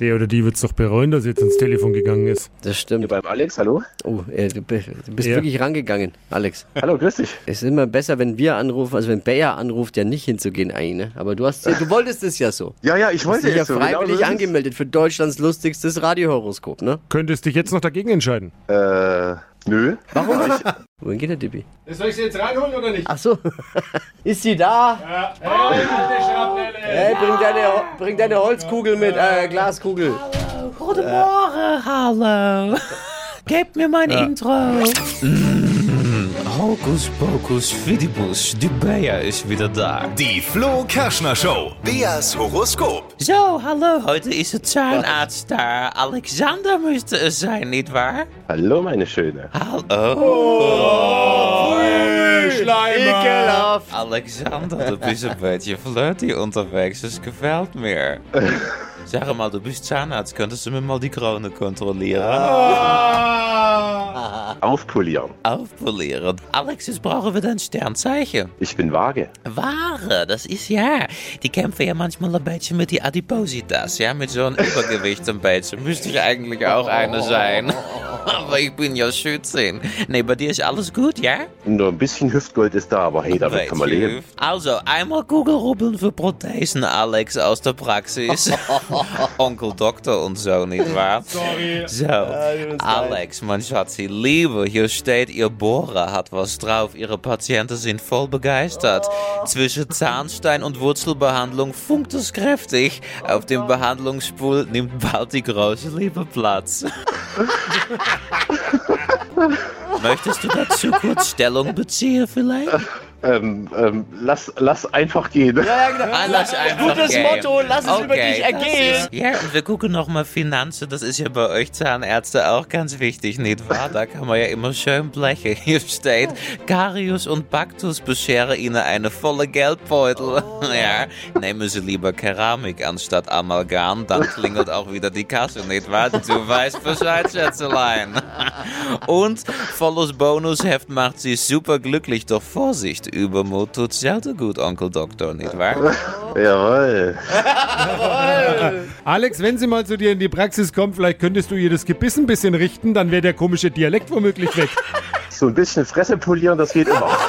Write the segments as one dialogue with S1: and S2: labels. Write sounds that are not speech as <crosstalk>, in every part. S1: Der oder die wird es doch bereuen, dass sie jetzt ins Telefon gegangen ist.
S2: Das
S3: Hier
S2: stimmt.
S3: beim Alex, hallo?
S2: Oh, äh, du bi- du bist
S1: Ja.
S2: wirklich rangegangen,
S1: <laughs>
S2: Alex.
S3: Hallo, grüß dich.
S2: Es ist immer besser, wenn wir anrufen, also wenn Bayer anruft, ja nicht hinzugehen eigentlich. Ne? Aber du hast, du wolltest es ja
S3: <laughs>
S2: so.
S3: <laughs> Ja, ja, ich
S2: Du hast
S3: wollte
S2: dich ja
S3: jetzt so. genau
S2: freiwillig
S3: so ist es.
S2: angemeldet für Deutschlands lustigstes Radiohoroskop, ne?
S1: Könntest dich jetzt noch dagegen entscheiden.
S3: Äh, nö. Warum? Ich,
S2: Wohin geht der Dippi?
S4: Soll ich sie jetzt reinholen oder nicht?
S2: Ach so, <laughs> ist sie da?
S4: Hey, alte Schrapnelle!
S2: Hey, bring deine, bring deine Holzkugel mit, äh, Glaskugel.
S5: Guten Morgen, <laughs> hallo. Gebt mir mein Intro.
S6: Mm, Hokus Pokus Fidibus, die Bayer ist wieder da.
S7: Die Flo Kerschner Show. Beas Horoskop.
S5: Zo, hallo.
S6: Heute ist der Zahnarzt da. Alexander eh, müsste es sein, nicht wahr?
S3: hallo, meine Schöne.
S2: Ah. Ekelhaft.
S6: Alexander, du bist een beetje flirty unterwegs, das gefällt mir. Sag mal, du bist Zahnarzt, könntest du mir mal die Krone kontrollieren?
S3: Aufpolieren.
S6: Aufpolieren. Alex, dus jetzt brauchen wir dein Sternzeichen.
S3: Ich bin vage.
S6: Ware, das ist ja. Die kämpfen ja manchmal ein bisschen mit die Adipositas, ja, mit so einem Übergewicht ein bisschen. Müsste ich eigentlich auch eine <laughs> sein. Aber ich bin ja 17. Nee, bei dir ist alles gut, ja?
S3: Nur ein bisschen Hüftgold ist da, aber hey, damit kann man leben.
S6: Also, einmal Kugelrubbeln für Prothesen, Alex, aus der Praxis. Onkel Doktor und so, nicht wahr? Sorry. So, Alex, mein Schatz, die Liebe, hier steht, ihr Bohrer hat was drauf. Ihre Patienten sind voll begeistert. Zwischen Zahnstein und Wurzelbehandlung funkt es kräftig. Auf dem Behandlungsspul nimmt bald die große Liebe Platz. Möchtest du dazu kurz Stellung beziehen vielleicht?
S3: Ähm, ähm, lass, lass einfach gehen.
S1: genau.
S6: Alles einfach
S5: Gutes
S6: gehen.
S5: Motto, lass es
S6: Okay,
S5: über dich
S6: das
S5: ergehen.
S6: ist- Ja, und wir gucken nochmal Finanzen. Das ist ja bei euch Zahnärzte auch ganz wichtig, nicht wahr? Da kann man ja immer schön blechen. <laughs> Hier steht, Karius und Baktus bescheren ihnen eine volle Geldbeutel.
S5: Oh.
S6: <laughs> Ja, nehmen sie lieber Keramik anstatt Amalgam, dann klingelt auch wieder die Kasse, nicht wahr? Du weißt Bescheid, Schätzelein. <laughs> Und volles Bonusheft macht sie super glücklich, doch Vorsicht, Übermut tut selten gut, Onkel Doktor, nicht wahr?
S3: Jawohl.
S1: Alex, wenn sie mal zu dir in die Praxis kommt, vielleicht könntest du ihr das Gebiss ein bisschen richten, dann wäre der komische Dialekt womöglich weg.
S3: So ein bisschen Fresse polieren, das geht immer.
S2: <laughs>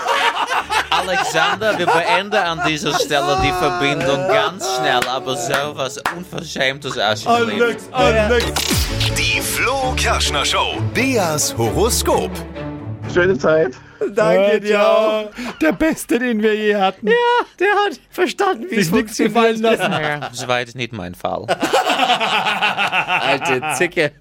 S6: Alexander, wir beenden an dieser Stelle die Verbindung ganz schnell, aber so was Unverschämtes alsjeblieft.
S7: Die Flo Kerschner Show. Beas Horoskop.
S3: Schöne Zeit.
S2: Danke dir auch.
S1: Der beste, den wir je hatten. Ja.
S2: Der hat verstanden, wie es
S1: Sich nichts gefallen
S2: funktioniert.
S1: lassen.
S6: Soweit nicht mein Fall.
S2: Alte Zicke.